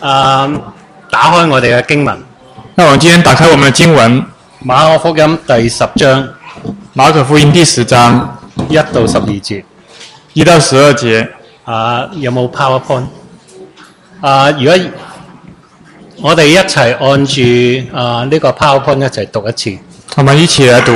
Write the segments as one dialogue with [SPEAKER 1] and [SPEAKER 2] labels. [SPEAKER 1] 嗯打開我哋嘅經文，
[SPEAKER 2] 那我们今天打开我们的经文，
[SPEAKER 1] 馬可福音第十章
[SPEAKER 2] 马可福音第十章
[SPEAKER 1] 一到十二節。
[SPEAKER 2] 一到十二节。
[SPEAKER 1] 啊，有冇 PowerPoint？啊，如果我哋一齊按住啊呢、個 PowerPoint 一齊讀一次。
[SPEAKER 2] 我们一起来读：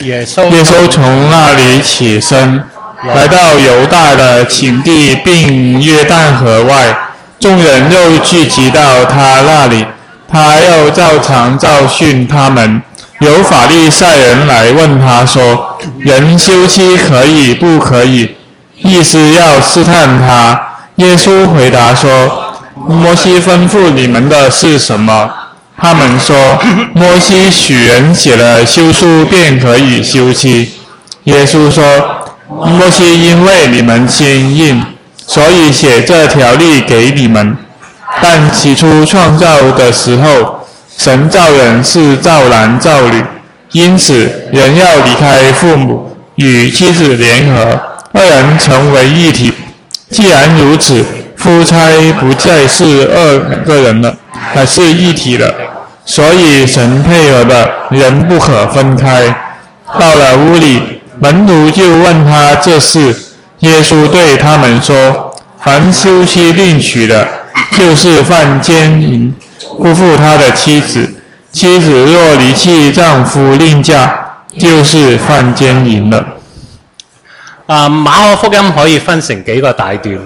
[SPEAKER 1] 耶穌
[SPEAKER 2] 耶穌从那里起身，来到犹大的请地，并约旦河外，众人又聚集到他那里，他又照常教训他们。有法利赛人来问他说：“人休息可以不可以？”意思要试探他。耶稣回答说：“摩西吩咐你们的是什么？”他们说：“ 摩西许人写了休书，便可以休息。”耶稣说：“摩西因为你们心硬，所以写这条例给你们。 但起初创造的时候，神造人是造男造女，因此人要离开父母，与妻子联合，二人成为一体。既然如此，夫差不再是二个人了，乃是一体了。所以神配合的人不可分开。到了屋里，门徒就问他这事。耶稣对他们说：“凡休妻另娶的，就是犯奸淫，辜负他的妻子；妻子若离弃丈夫另嫁，就是犯奸淫了。
[SPEAKER 1] 啊馬可福音可以分成幾個大段，”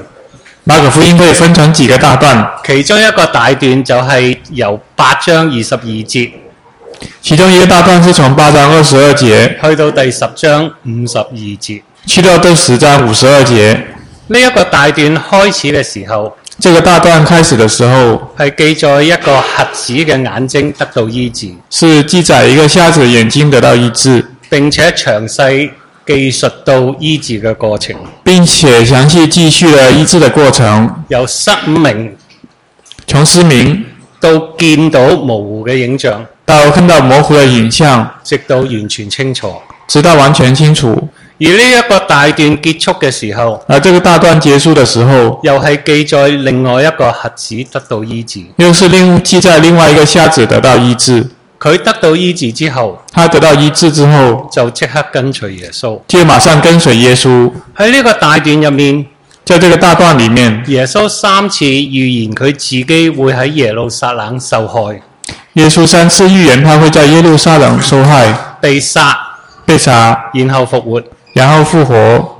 [SPEAKER 2] 马可福音可以分成几个大段，
[SPEAKER 1] 其中一個大段就係由八章二十二節去
[SPEAKER 2] 其中一个大段是从八章二十二节
[SPEAKER 1] 到第十章五十二節。
[SPEAKER 2] 去到第十章五十二节。
[SPEAKER 1] 呢、一個大段開始嘅時候，
[SPEAKER 2] 这个大段开始的时候，
[SPEAKER 1] 係記載一個瞎子嘅眼睛得到醫治，
[SPEAKER 2] 是记载一个瞎子眼睛得到医治，
[SPEAKER 1] 並且詳細記述到醫治嘅過程，
[SPEAKER 2] 并且详细记叙了医治的过程，
[SPEAKER 1] 由失明
[SPEAKER 2] 从失明
[SPEAKER 1] 到見到模糊嘅影像，
[SPEAKER 2] 到看到模糊的影像，
[SPEAKER 1] 直到完全清楚。
[SPEAKER 2] 直到完全清楚。
[SPEAKER 1] 而呢一個大段結束嘅時候，
[SPEAKER 2] 而这个大段结束的时候，
[SPEAKER 1] 又係記載另外一個瞎子得到醫治。
[SPEAKER 2] 又是另记载另外一个瞎子得到医治。
[SPEAKER 1] 佢得到醫治之後，
[SPEAKER 2] 他得到医治之后，
[SPEAKER 1] 就即刻跟隨耶穌。
[SPEAKER 2] 就马上跟随耶稣。
[SPEAKER 1] 喺呢個大段入面，
[SPEAKER 2] 在这个大段里面，
[SPEAKER 1] 耶穌三次預言佢自己會喺耶路撒冷受害、
[SPEAKER 2] 耶稣三次预言他会在耶路撒冷受害、
[SPEAKER 1] 被殺，
[SPEAKER 2] 被杀，
[SPEAKER 1] 然後復活，
[SPEAKER 2] 然后复活，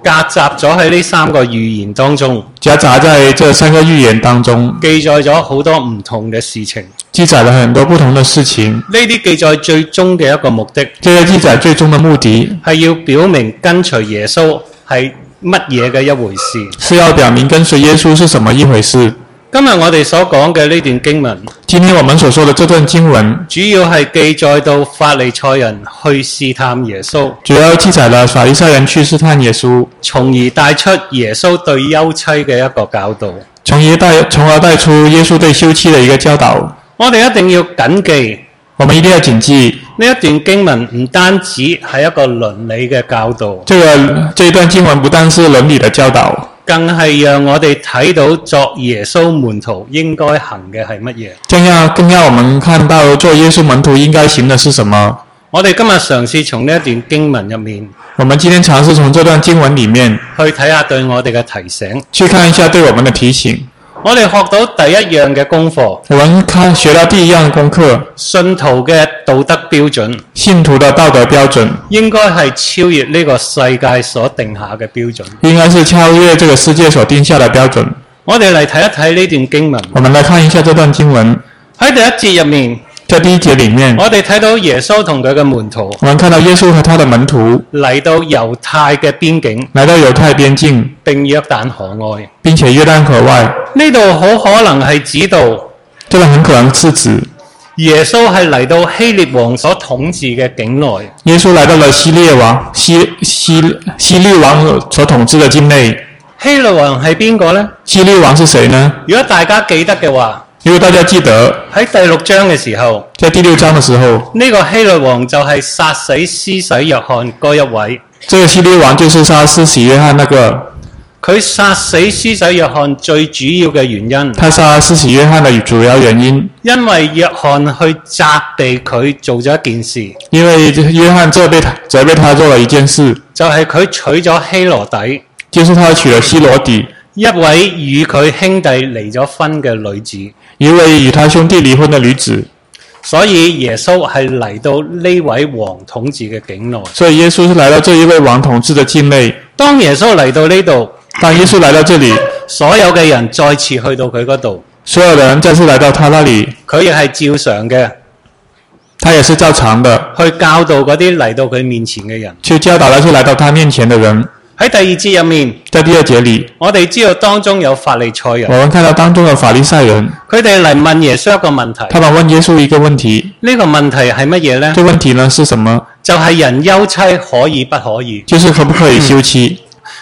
[SPEAKER 1] 夾雜咗喺呢三個預言當中，
[SPEAKER 2] 夹杂在这三个预言当中。
[SPEAKER 1] 記載咗好多唔同嘅事情。
[SPEAKER 2] 记载了很多不同的事情。
[SPEAKER 1] 呢啲記載最終嘅一個目的
[SPEAKER 2] 这些记载最終的目的
[SPEAKER 1] 係要表明跟隨耶穌係乜嘢嘅一回事。
[SPEAKER 2] 是要表明跟随耶稣是什么一回事。
[SPEAKER 1] 今日我哋所講嘅呢段經文，
[SPEAKER 2] 今天我们所说的这段经文，
[SPEAKER 1] 主要係記載到法利賽人去試探耶穌，
[SPEAKER 2] 主要记载了法利赛人去试探耶稣，
[SPEAKER 1] 從而帶出耶穌對休妻嘅一個教導。
[SPEAKER 2] 从而带从而带出耶稣对休妻的一个教导。
[SPEAKER 1] 我哋一定要謹記
[SPEAKER 2] 我们一定要谨记，
[SPEAKER 1] 呢一段經文，唔單止係一個倫理嘅教導，
[SPEAKER 2] 这个这一段经文不单是伦理的教导，
[SPEAKER 1] 更係讓我哋睇到作耶穌門徒應該行嘅係乜嘢。
[SPEAKER 2] 更要更要我们看到做耶稣门徒应该行的是什么。
[SPEAKER 1] 我哋今日嘗試從呢一段經文入面
[SPEAKER 2] 我们今天尝试从这段经文里面
[SPEAKER 1] 去睇下對我哋嘅提醒。
[SPEAKER 2] 去看一下对我们的提醒。
[SPEAKER 1] 我哋學到第一樣嘅功課，
[SPEAKER 2] 我们看学到第一样功课，
[SPEAKER 1] 信徒嘅道德標準
[SPEAKER 2] 信徒的道德标准
[SPEAKER 1] 應該係超越呢個世界所定下嘅標準。
[SPEAKER 2] 应该是超越这个世界所定下的标准。
[SPEAKER 1] 我哋嚟睇一睇呢段經文
[SPEAKER 2] 我们来看一下这段经文，
[SPEAKER 1] 喺第一節入面，
[SPEAKER 2] 在第一节里面，
[SPEAKER 1] 我哋睇到耶穌同佢嘅門徒
[SPEAKER 2] 我们看到耶稣和他的门徒
[SPEAKER 1] 嚟到猶太嘅邊境
[SPEAKER 2] 来到犹太边境，
[SPEAKER 1] 並約旦河外。
[SPEAKER 2] 并且约旦河外。
[SPEAKER 1] 呢度好可能係指到
[SPEAKER 2] 这个很可能是指
[SPEAKER 1] 耶穌係嚟到希臘王所統治嘅境內。
[SPEAKER 2] 耶稣来到了希列王希希希律王所统治的境内。
[SPEAKER 1] 希律王係邊個呢？
[SPEAKER 2] 希律王是谁呢？
[SPEAKER 1] 如果大家記得嘅話，
[SPEAKER 2] 如果大家记得，
[SPEAKER 1] 喺第六章嘅時候，
[SPEAKER 2] 在第六章的时候，
[SPEAKER 1] 呢、個希律王就係殺死施洗約翰嗰一位，
[SPEAKER 2] 这个希律王就是杀施洗约翰那个，
[SPEAKER 1] 佢殺死施洗約翰最主要嘅原因，
[SPEAKER 2] 他杀施洗约翰的主要原因，
[SPEAKER 1] 因為約翰去責備佢做咗一件事，
[SPEAKER 2] 因为约翰责备他责备他做了一件事，
[SPEAKER 1] 就係佢娶咗希羅底
[SPEAKER 2] 就是他娶了希罗底，
[SPEAKER 1] 一位與佢兄弟離咗婚嘅女子，
[SPEAKER 2] 一位与他兄弟离婚的女子。
[SPEAKER 1] 所以耶穌係嚟到呢位王統治嘅境內。
[SPEAKER 2] 所以耶稣是来到这一位王同志的境内。
[SPEAKER 1] 當耶穌嚟到呢度，
[SPEAKER 2] 当耶稣来到这里，
[SPEAKER 1] 所有嘅人再次去到佢嗰度，
[SPEAKER 2] 所有人再次来到他那里，
[SPEAKER 1] 佢亦係照常嘅
[SPEAKER 2] 他也是照常的
[SPEAKER 1] 去教導嗰啲嚟到佢面前嘅人。
[SPEAKER 2] 去教导那些来到他面前的人。
[SPEAKER 1] 喺第二節入面，
[SPEAKER 2] 在第二节里，
[SPEAKER 1] 我哋知道當中有法利賽人
[SPEAKER 2] 我，们看到当中的法利赛人，
[SPEAKER 1] 佢哋嚟問耶穌一個問題。
[SPEAKER 2] 他们问耶稣一个问题，
[SPEAKER 1] 呢、個問題係乜嘢呢？
[SPEAKER 2] 这问题呢是什么？
[SPEAKER 1] 就係人休妻可以不可以？
[SPEAKER 2] 就是可不可以休妻？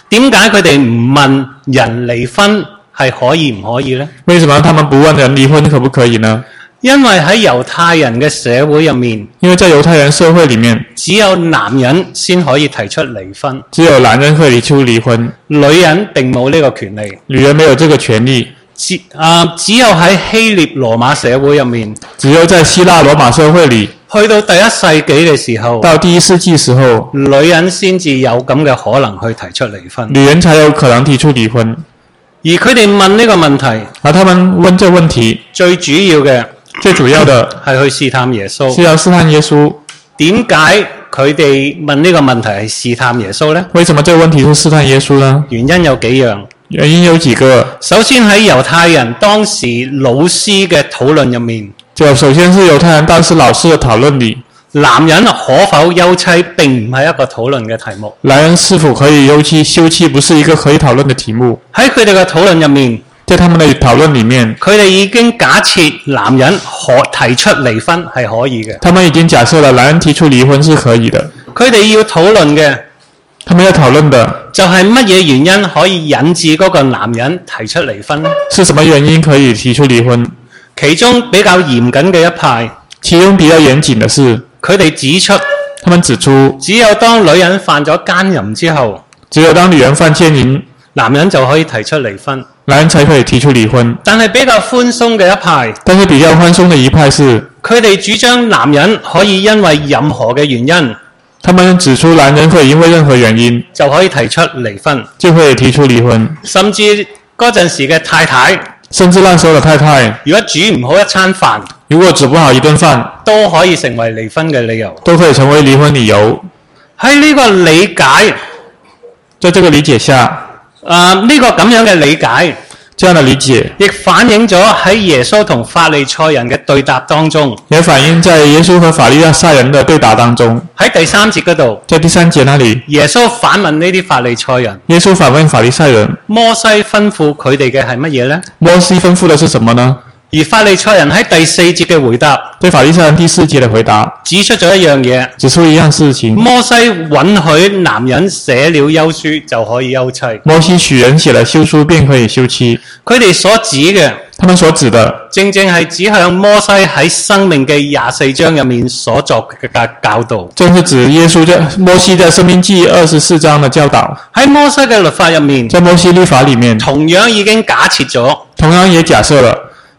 [SPEAKER 1] 點解佢哋唔問人離婚係可以唔可以呢？
[SPEAKER 2] 为什么他们不问人离婚可不可以呢？
[SPEAKER 1] 因為喺猶太人嘅社會入面，
[SPEAKER 2] 因为在犹太人社会里面，
[SPEAKER 1] 只有男人先可以提出離婚，
[SPEAKER 2] 只有男人可以提出离婚，
[SPEAKER 1] 女人並冇呢個權利。
[SPEAKER 2] 女人没有这个权利。
[SPEAKER 1] 只啊、只有喺希臘羅馬社會入面，
[SPEAKER 2] 只有在希腊罗马社会里，
[SPEAKER 1] 去到第一世紀嘅時候，
[SPEAKER 2] 到第一世纪时候，
[SPEAKER 1] 女人先至有咁嘅可能去提出離婚。
[SPEAKER 2] 女人才有可能提出离婚。
[SPEAKER 1] 而佢哋問呢個問題，
[SPEAKER 2] 而他们问这问题，
[SPEAKER 1] 最主要嘅
[SPEAKER 2] 最主要的
[SPEAKER 1] 係去試探耶穌
[SPEAKER 2] 是。要试探耶稣。
[SPEAKER 1] 點解佢哋問呢個問題係試探耶穌呢？
[SPEAKER 2] 为什么这个问题是试探耶稣呢？
[SPEAKER 1] 原因有幾樣。
[SPEAKER 2] 原因有几个，
[SPEAKER 1] 首先喺猶太人當時老師嘅討論入面，
[SPEAKER 2] 就首先是犹太人大师老师的讨论里，
[SPEAKER 1] 男人可否休妻並唔係一個討論嘅題目。
[SPEAKER 2] 男人是否可以休妻？休妻不是一个可以讨论的题目。
[SPEAKER 1] 喺佢哋嘅討論入面，
[SPEAKER 2] 在他们的讨论里面，
[SPEAKER 1] 佢哋已經假設男人可提出離婚係可以嘅。
[SPEAKER 2] 他们已经假设了男人提出离婚是可以的。
[SPEAKER 1] 佢哋要討論嘅
[SPEAKER 2] 他们要讨论的
[SPEAKER 1] 就係乜嘢原因可以引致嗰個男人提出離婚呢？
[SPEAKER 2] 是什么原因可以提出离婚。
[SPEAKER 1] 其中比較嚴謹嘅一派，
[SPEAKER 2] 其中比较严谨的是，
[SPEAKER 1] 佢哋指出，
[SPEAKER 2] 他们指出，
[SPEAKER 1] 只有當女人犯咗奸淫之後，
[SPEAKER 2] 只有当女人犯奸淫，
[SPEAKER 1] 男人就可以提出離婚。
[SPEAKER 2] 男人才可以提出离婚。
[SPEAKER 1] 但係比較寬鬆嘅一派，
[SPEAKER 2] 但是比较宽松的一派是，
[SPEAKER 1] 佢哋主張男人可以因為任何嘅原因
[SPEAKER 2] 他们指出男人可以因为任何原因
[SPEAKER 1] 就可以提出離婚，
[SPEAKER 2] 就可以提出离婚，
[SPEAKER 1] 甚至嗰陣時嘅太太，
[SPEAKER 2] 甚至那时候的太太
[SPEAKER 1] 如果煮唔好一餐飯，
[SPEAKER 2] 如果煮不好一顿饭，
[SPEAKER 1] 都可以成為離婚嘅理由。
[SPEAKER 2] 都可以成为离婚理由。
[SPEAKER 1] 喺呢個理解，
[SPEAKER 2] 在这个理解下，
[SPEAKER 1] 啊呢個咁樣嘅理解，
[SPEAKER 2] 这样的理解
[SPEAKER 1] 亦反映咗喺耶穌同法利賽人嘅對答當中。
[SPEAKER 2] 也反映在耶稣和法利赛人的对打当中。
[SPEAKER 1] 喺第三節嗰度，
[SPEAKER 2] 在第三节那里，
[SPEAKER 1] 耶穌反問呢啲法利賽人：
[SPEAKER 2] 耶稣反问法利赛人，
[SPEAKER 1] 摩西吩咐佢哋嘅係乜嘢呢？
[SPEAKER 2] 摩西吩咐的是什么呢？
[SPEAKER 1] 而法利賽人喺第四節嘅回答
[SPEAKER 2] 对法利赛人第四节的回答
[SPEAKER 1] 指出咗一樣嘢：
[SPEAKER 2] 指出一样事情：
[SPEAKER 1] 摩西允許男人寫了休書就可以休妻。
[SPEAKER 2] 摩西许人写了休书便可以休妻。
[SPEAKER 1] 佢哋所指嘅
[SPEAKER 2] 他们所指的，
[SPEAKER 1] 正正係指向摩西喺《生命記》廿四章入面所作嘅教導。
[SPEAKER 2] 正是指耶稣在摩西在《生命记》二十四章的教导。
[SPEAKER 1] 喺摩西嘅律法入面，
[SPEAKER 2] 在摩西律法里面，
[SPEAKER 1] 同樣已經假設咗。
[SPEAKER 2] 同样也假设了，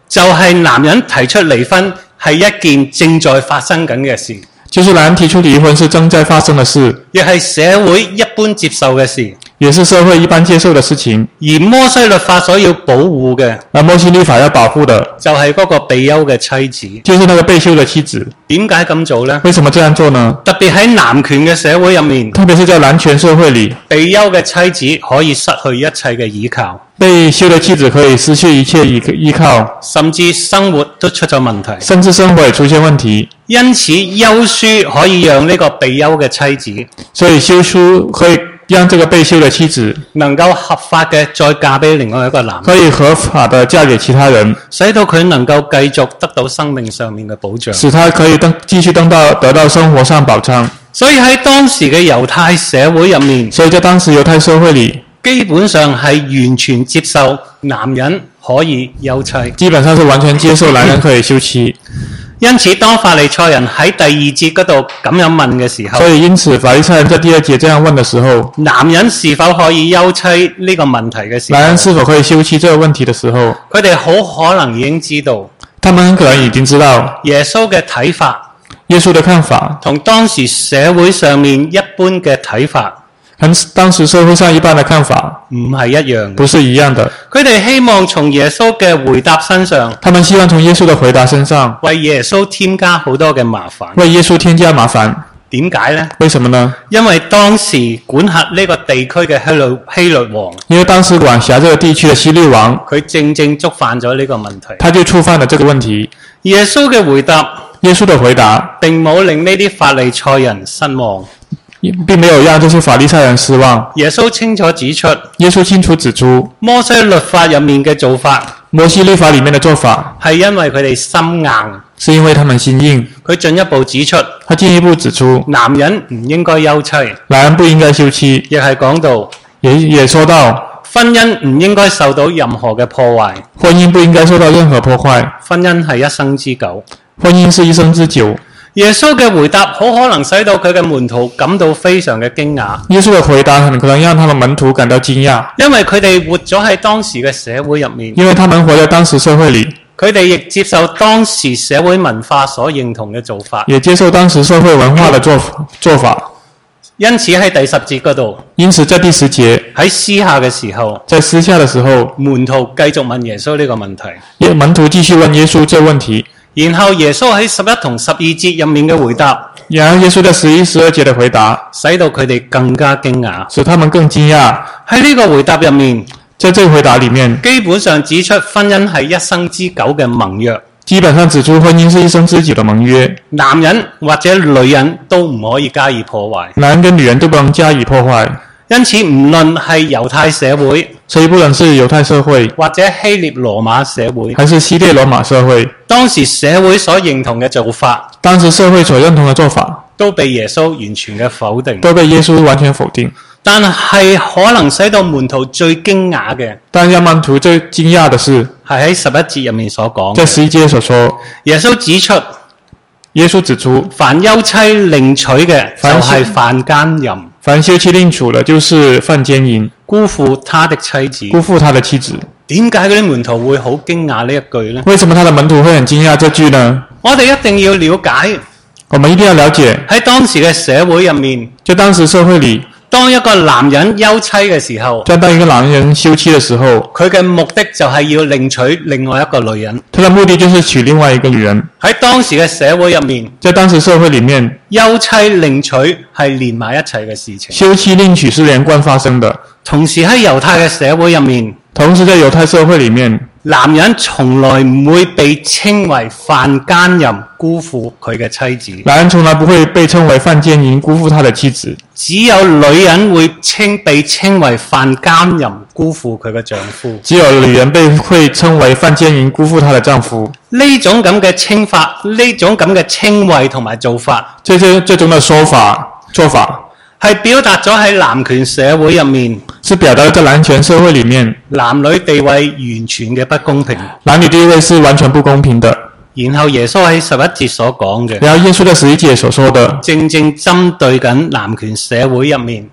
[SPEAKER 1] 就係男人提出離婚係一件正在發生緊嘅事，
[SPEAKER 2] 就是男人提出离婚是正在发生的事，
[SPEAKER 1] 亦係社會一般接受嘅事。
[SPEAKER 2] 也是社会一般接受的事情。
[SPEAKER 1] 而摩西律法所要保護嘅
[SPEAKER 2] 而摩西律法要保护的，
[SPEAKER 1] 就係嗰個被休嘅妻子。
[SPEAKER 2] 就是那个被休的妻子。
[SPEAKER 1] 點解咁做呢？
[SPEAKER 2] 为什么这样做呢？
[SPEAKER 1] 特別喺男權嘅社會入面，
[SPEAKER 2] 特别是在男权社会里，
[SPEAKER 1] 被休嘅妻子可以失去一切嘅倚靠，
[SPEAKER 2] 被休的妻子可以失去一切依依靠，
[SPEAKER 1] 甚至生活都出咗問題。
[SPEAKER 2] 甚至生活也出现问题。
[SPEAKER 1] 因此，休書可以讓呢個被休嘅妻子
[SPEAKER 2] 所以休书可以让这个被休的妻子
[SPEAKER 1] 能夠合法嘅再嫁俾另外一個男人，
[SPEAKER 2] 可以合法的嫁给其他人，
[SPEAKER 1] 使到佢能夠繼續得到生命上面嘅保障。
[SPEAKER 2] 使她可以登继续登到得到生活上保障。
[SPEAKER 1] 所以喺當時嘅猶太社會入面，
[SPEAKER 2] 所以在当时犹太社会里，
[SPEAKER 1] 基本上係完全接受男人可以休妻，
[SPEAKER 2] 基本上是完全接受男人可以休妻。
[SPEAKER 1] 因此，當法利賽人喺第二節嗰度咁樣問嘅時候
[SPEAKER 2] 所，以因此法利赛人在第二节这样问的时候，
[SPEAKER 1] 男人是否可以休妻呢個問題嘅時候
[SPEAKER 2] 男，人是否可以休妻这个问题的时候，
[SPEAKER 1] 佢哋好可能已經知道
[SPEAKER 2] 他们很可能已经知道
[SPEAKER 1] 耶穌嘅睇法
[SPEAKER 2] 耶稣的看法
[SPEAKER 1] 同當時社會上面一般嘅睇法
[SPEAKER 2] 和当时社会上一般的看法
[SPEAKER 1] 唔係一樣嘅。
[SPEAKER 2] 不是一样的。
[SPEAKER 1] 佢哋希望從耶穌嘅回答身上
[SPEAKER 2] 他们希望从耶稣的回答身上
[SPEAKER 1] 為耶穌添加好多嘅麻煩。
[SPEAKER 2] 为耶稣添加麻烦，
[SPEAKER 1] 點解呢？
[SPEAKER 2] 为什么呢？
[SPEAKER 1] 因為當時管轄呢個地區嘅希律希律王，
[SPEAKER 2] 因为当时管辖这个地区的希律王，
[SPEAKER 1] 佢正正觸犯咗呢個問題。
[SPEAKER 2] 他就触犯了这个问题。
[SPEAKER 1] 耶穌嘅回答
[SPEAKER 2] 耶稣的回答
[SPEAKER 1] 並冇令呢啲法利賽人失望。
[SPEAKER 2] 并没有让这些法利赛人失望。
[SPEAKER 1] 耶穌清楚指出，
[SPEAKER 2] 耶稣清楚指出，
[SPEAKER 1] 摩西律法入面嘅做法
[SPEAKER 2] 摩西律法里面的做法
[SPEAKER 1] 係因為佢哋心硬。
[SPEAKER 2] 是因为他们心硬。
[SPEAKER 1] 佢進一步指出，
[SPEAKER 2] 他进一步指出，
[SPEAKER 1] 男人唔應該休妻，
[SPEAKER 2] 男人不应该休妻，
[SPEAKER 1] 亦係講到
[SPEAKER 2] 也也说到
[SPEAKER 1] 婚姻唔應該受到任何嘅破壞。
[SPEAKER 2] 婚姻不应该受到任何破坏，
[SPEAKER 1] 婚姻係一生之久。
[SPEAKER 2] 婚姻是一生之久。
[SPEAKER 1] 耶穌嘅回答好可能使到佢嘅門徒感到非常嘅驚訝，
[SPEAKER 2] 耶稣的回答很可能让他们门徒感到惊讶，
[SPEAKER 1] 因為佢哋活咗喺當時嘅社會入面，
[SPEAKER 2] 因为他们活在当时社会里，
[SPEAKER 1] 佢哋亦接受當時社會文化所認同嘅做法。
[SPEAKER 2] 也接受当时社会文化的做做法。
[SPEAKER 1] 因此喺第十節嗰度，
[SPEAKER 2] 因此，在第十节，
[SPEAKER 1] 喺私下嘅時候，
[SPEAKER 2] 在私下的时候，
[SPEAKER 1] 門徒繼續問耶穌呢個問題，
[SPEAKER 2] 耶门徒继续问耶稣这问题。
[SPEAKER 1] 然後耶穌喺十一同十二節入面嘅回答，
[SPEAKER 2] 然而，耶稣在十一、十二节的回答
[SPEAKER 1] 使到佢哋更加驚訝。
[SPEAKER 2] 使他们更惊讶。
[SPEAKER 1] 喺呢個回答入面，
[SPEAKER 2] 在这个回答里面，
[SPEAKER 1] 基本上指出婚姻係一生之久嘅盟約。
[SPEAKER 2] 基本上指出婚姻是一生之久的盟约，
[SPEAKER 1] 男人或者女人都唔可以加以破壞，
[SPEAKER 2] 男人跟女人都不能加以破坏。
[SPEAKER 1] 因此唔論係猶太社會
[SPEAKER 2] 所以，不论是犹太社会
[SPEAKER 1] 或者希臘羅馬社會，
[SPEAKER 2] 还是希腊罗马社会，
[SPEAKER 1] 當時社會所認同嘅做法，
[SPEAKER 2] 当时社会所认同的做法
[SPEAKER 1] 都被耶穌完全嘅否定。
[SPEAKER 2] 都被耶稣完全否定。
[SPEAKER 1] 但係可能使到門徒最驚訝嘅，
[SPEAKER 2] 但亚曼图最惊讶的是，
[SPEAKER 1] 係喺十一節入面所講
[SPEAKER 2] 在
[SPEAKER 1] 嘅。
[SPEAKER 2] 十一节所说，
[SPEAKER 1] 耶穌指出，
[SPEAKER 2] 耶稣指出，
[SPEAKER 1] 凡休妻另娶嘅，就
[SPEAKER 2] 凡
[SPEAKER 1] 係犯奸淫，
[SPEAKER 2] 凡休妻另娶的，就是犯奸淫，
[SPEAKER 1] 辜負他的妻子。
[SPEAKER 2] 辜负他的妻子。
[SPEAKER 1] 點解嗰啲門徒會好驚訝呢一句呢？
[SPEAKER 2] 为什么他的门徒会很惊讶这句呢？
[SPEAKER 1] 我哋一定要了解
[SPEAKER 2] 我们一定要了解，
[SPEAKER 1] 喺當時嘅社會入面。
[SPEAKER 2] 在当时社会里，
[SPEAKER 1] 當一個男人休妻嘅時候，
[SPEAKER 2] 在当一个男人休妻的时候，
[SPEAKER 1] 佢嘅目的就係要另娶另外一個女人。
[SPEAKER 2] 他的目的就是娶另外一个女人。
[SPEAKER 1] 喺當時嘅社會入面，
[SPEAKER 2] 在当时社会里面，
[SPEAKER 1] 休妻另娶係連埋一齊嘅事情。
[SPEAKER 2] 休妻另娶是连贯发生的。
[SPEAKER 1] 同時喺猶太嘅社會入面，
[SPEAKER 2] 同时，在犹太社会里面，
[SPEAKER 1] 男人從來唔會被稱為犯奸淫、辜負佢嘅妻子，
[SPEAKER 2] 男人从来不会被称为犯奸淫、辜负他的妻子，
[SPEAKER 1] 只有女人會稱被稱為犯奸淫、辜負佢嘅丈夫。
[SPEAKER 2] 只有女人被会称为犯奸淫、辜负她的丈夫。
[SPEAKER 1] 呢種咁嘅稱法，呢種咁嘅稱謂同埋做法，
[SPEAKER 2] 这些最终的说法做法，
[SPEAKER 1] 係表達咗喺男權社會入面
[SPEAKER 2] 是表达在男权社会里面，
[SPEAKER 1] 男女地位完全嘅不公平。
[SPEAKER 2] 男女地位是完全不公平的。
[SPEAKER 1] 然後耶穌喺十一節所講嘅，
[SPEAKER 2] 然后耶稣的十一节所说的，
[SPEAKER 1] 正正針對緊男權社會入面，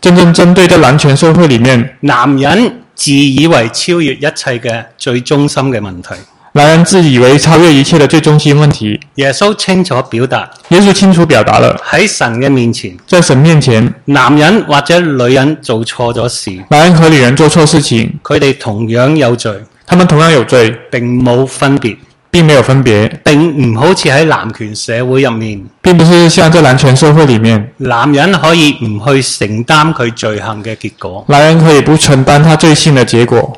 [SPEAKER 2] 真正针对在男权社会里面，
[SPEAKER 1] 男人自以為超越一切嘅最中心嘅問題。
[SPEAKER 2] 男人自以为超越一切的最中心问题，
[SPEAKER 1] 耶穌清楚表達
[SPEAKER 2] 耶稣清楚表达了，
[SPEAKER 1] 喺神嘅面前，
[SPEAKER 2] 在神面前，
[SPEAKER 1] 男人或者女人做錯咗事，
[SPEAKER 2] 男人和女人做错事情，
[SPEAKER 1] 佢哋同樣有罪，
[SPEAKER 2] 他们同样有罪，
[SPEAKER 1] 並冇分別，
[SPEAKER 2] 并没有分别，
[SPEAKER 1] 並唔好似喺男權社會入面，
[SPEAKER 2] 并不是像在男权社会里面，
[SPEAKER 1] 男人可以唔去承擔佢罪行嘅結果。
[SPEAKER 2] 男人可以不承担他罪行的结果。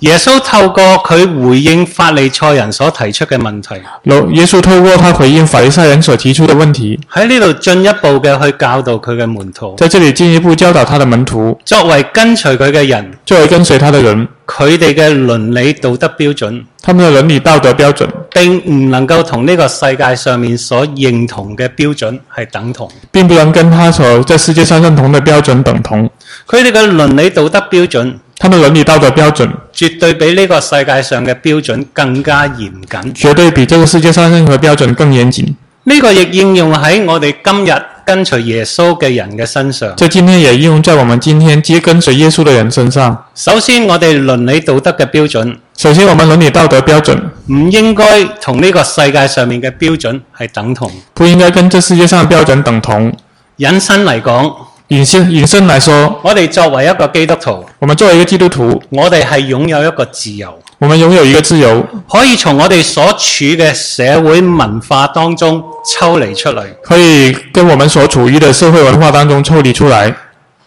[SPEAKER 1] 耶穌透過佢回應法利賽人所提出嘅問題，
[SPEAKER 2] 罗耶稣透过他回应法利赛人所提出的问题，
[SPEAKER 1] 喺呢度進一步嘅去教導佢嘅門徒。
[SPEAKER 2] 在这里进一步教导他的门徒，
[SPEAKER 1] 作為跟隨佢嘅人，
[SPEAKER 2] 作为跟随他的人，
[SPEAKER 1] 佢哋嘅倫理道德標準
[SPEAKER 2] 他们的伦理道德标准
[SPEAKER 1] 並唔能夠同呢個世界上面所認同嘅標準係等同。
[SPEAKER 2] 并不能跟他所在世界上认同的标准等同。
[SPEAKER 1] 佢哋嘅倫理道德標準
[SPEAKER 2] 他们伦理道德标准
[SPEAKER 1] 絕對比呢個世界上嘅標準更加嚴謹。
[SPEAKER 2] 绝对比这个世界上任何标准更严谨。
[SPEAKER 1] 呢、個亦應用喺我哋今日跟隨耶穌嘅人嘅身上。
[SPEAKER 2] 这今天也应用在我们今天接跟随耶稣的人身上。
[SPEAKER 1] 首先，我哋倫理道德嘅標準
[SPEAKER 2] 首先，我们伦理道德标准
[SPEAKER 1] 唔應該同呢個世界上面嘅標準係等同。
[SPEAKER 2] 不应该跟这世界上的标准等同。
[SPEAKER 1] 引申嚟講，
[SPEAKER 2] 引申引申来说，
[SPEAKER 1] 我哋作為一個基督徒，
[SPEAKER 2] 我們作为一个基督徒，
[SPEAKER 1] 我哋係擁有一個自由，
[SPEAKER 2] 我们拥有一个自由，
[SPEAKER 1] 可以從我哋所處嘅社會文化當中抽離出嚟，
[SPEAKER 2] 可以跟我们所处于的社会文化当中抽离出来，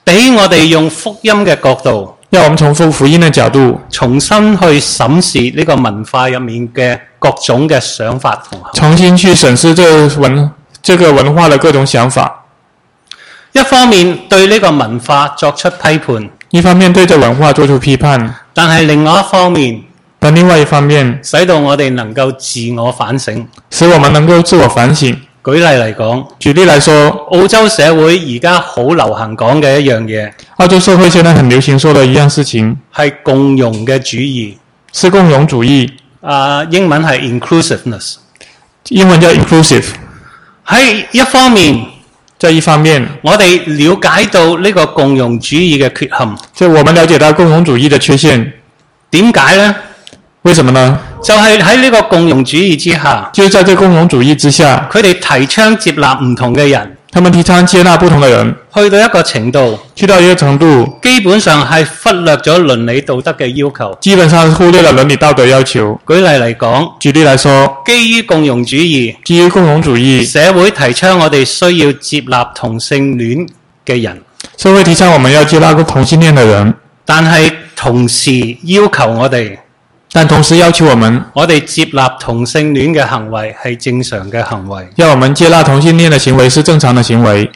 [SPEAKER 1] 俾我哋用福音嘅角度，
[SPEAKER 2] 让我们从福福音的角度，
[SPEAKER 1] 重新去審視呢個文化入面嘅各種嘅想法同行。
[SPEAKER 2] 重新去审视这文这个文化的各种想法。
[SPEAKER 1] 一方面對呢個文化作出批判，
[SPEAKER 2] 一方面对这文化做出批判，
[SPEAKER 1] 但係另外一方面
[SPEAKER 2] 但另外一方面
[SPEAKER 1] 使到我哋能夠自我反省。
[SPEAKER 2] 使我们能够自我反省。
[SPEAKER 1] 舉例嚟講，
[SPEAKER 2] 举例来说，
[SPEAKER 1] 澳洲社會而家好流行講嘅一樣嘢
[SPEAKER 2] 澳洲社会现在很流行说的一样事情
[SPEAKER 1] 係共融嘅主義，
[SPEAKER 2] 是共荣主义，
[SPEAKER 1] 啊、英文係 inclusiveness。
[SPEAKER 2] 英文叫 inclusive。
[SPEAKER 1] 喺一方面，
[SPEAKER 2] 这一方面，
[SPEAKER 1] 我哋了解到呢個共融主義嘅缺陷，
[SPEAKER 2] 就我们了解到共荣主义的缺陷，
[SPEAKER 1] 點解呢？
[SPEAKER 2] 为什么呢？
[SPEAKER 1] 就係喺呢個共融主義之下，
[SPEAKER 2] 就是在这共荣主义之下，
[SPEAKER 1] 佢哋提倡接納唔同嘅人，
[SPEAKER 2] 他们提倡接纳不同的人，
[SPEAKER 1] 去到一個程度，
[SPEAKER 2] 去到一个程度，
[SPEAKER 1] 基本上係忽略咗倫理道德嘅要求。
[SPEAKER 2] 基本上忽略了伦理道德要求。
[SPEAKER 1] 舉例嚟講，
[SPEAKER 2] 举例来说，
[SPEAKER 1] 基於共融主義，
[SPEAKER 2] 基于共荣主义，
[SPEAKER 1] 社會提倡我哋需要接納同性戀嘅人，
[SPEAKER 2] 社会提倡我们要接纳同性恋的人，
[SPEAKER 1] 但係同時要求我哋，
[SPEAKER 2] 但同时要求我们
[SPEAKER 1] 我哋接納同性戀嘅行為係正常嘅行為。
[SPEAKER 2] 要我们接纳同性恋的行为是正常的行为。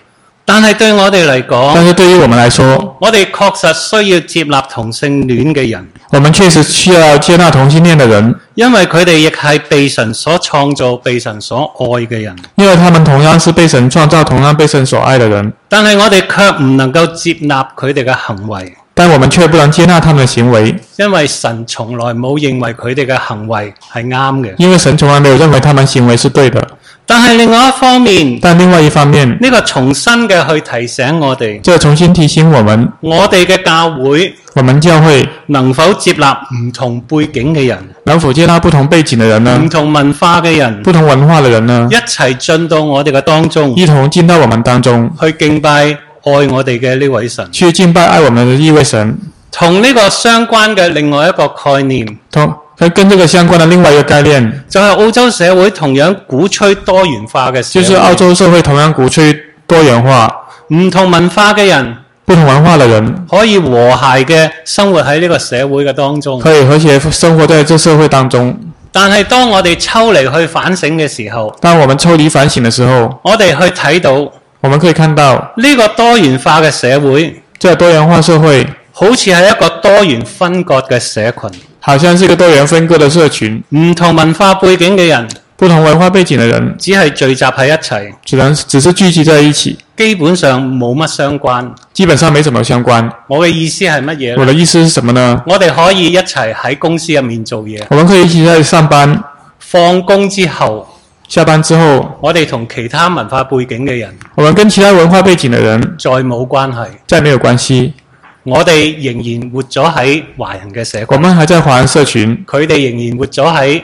[SPEAKER 1] 但係對我哋嚟
[SPEAKER 2] 但
[SPEAKER 1] 講，
[SPEAKER 2] 是对于我们来说，
[SPEAKER 1] 我哋確實需要接納同性戀嘅人，
[SPEAKER 2] 我们确实需要接纳同性恋的人，
[SPEAKER 1] 因為佢哋亦係被神所創造、被神所愛嘅人。
[SPEAKER 2] 因为他们同样是被神创造、同样被神所爱的人。
[SPEAKER 1] 但係我哋卻唔能夠接納佢哋嘅行為，
[SPEAKER 2] 但我们却不能接纳他们的行为，
[SPEAKER 1] 因為神從來冇認為佢哋嘅行為係啱嘅。
[SPEAKER 2] 因为神从来没有认为他们行为是对的。
[SPEAKER 1] 但係另外一方面，
[SPEAKER 2] 但另外一方面，
[SPEAKER 1] 呢、個重新嘅去提醒我哋，
[SPEAKER 2] 这重新提醒我们，
[SPEAKER 1] 我哋嘅教會
[SPEAKER 2] 我们教会
[SPEAKER 1] 能否接納唔同背景嘅人、
[SPEAKER 2] 能否接纳不同背景的人呢
[SPEAKER 1] 唔？同文化嘅人，
[SPEAKER 2] 不同文化的人呢
[SPEAKER 1] 一？齊進到我哋嘅當中，
[SPEAKER 2] 一同进到我们当中，
[SPEAKER 1] 去敬拜愛我哋嘅呢位神。
[SPEAKER 2] 去敬拜爱我们的一位神。
[SPEAKER 1] 同呢個相關嘅另外一個概念，
[SPEAKER 2] 同跟跟这个相关的另外一个概念，
[SPEAKER 1] 就係澳洲社會同樣鼓吹多元化嘅社
[SPEAKER 2] 就是
[SPEAKER 1] 會，
[SPEAKER 2] 澳洲社会同样鼓吹多元化，
[SPEAKER 1] 唔同文化嘅人
[SPEAKER 2] 不同文化的人
[SPEAKER 1] 可以和諧嘅生活喺呢個社會嘅當中。
[SPEAKER 2] 可以和谐生活在这社会当中。
[SPEAKER 1] 但係當我哋抽離去反省嘅時候，
[SPEAKER 2] 当我们抽离反省的时候，
[SPEAKER 1] 我哋去睇到
[SPEAKER 2] 我们可以看到，
[SPEAKER 1] 呢個多元化嘅社會，
[SPEAKER 2] 这多元化社会
[SPEAKER 1] 好似係一個多元分割嘅社群，
[SPEAKER 2] 好像是一个多元分割的社群，
[SPEAKER 1] 唔同文化背景嘅人
[SPEAKER 2] 不同文化背景的人
[SPEAKER 1] 只係聚集喺一齊，
[SPEAKER 2] 只能只是聚集在一起，
[SPEAKER 1] 基本上冇乜相關。
[SPEAKER 2] 基本上没什么相关。
[SPEAKER 1] 我嘅意思係乜嘢
[SPEAKER 2] 我
[SPEAKER 1] 呢？
[SPEAKER 2] 的意思是什么呢？
[SPEAKER 1] 我哋可以一齊喺公司入面做嘢，
[SPEAKER 2] 我们可以一起在上班、
[SPEAKER 1] 放工之後，
[SPEAKER 2] 下班之后，
[SPEAKER 1] 我哋同其他文化背景嘅人
[SPEAKER 2] 我们跟其他文化背景的人
[SPEAKER 1] 再冇關係，
[SPEAKER 2] 再没有关系，
[SPEAKER 1] 我哋仍然活咗喺華人嘅社群，
[SPEAKER 2] 我们还在华人社群，
[SPEAKER 1] 佢哋仍然活咗喺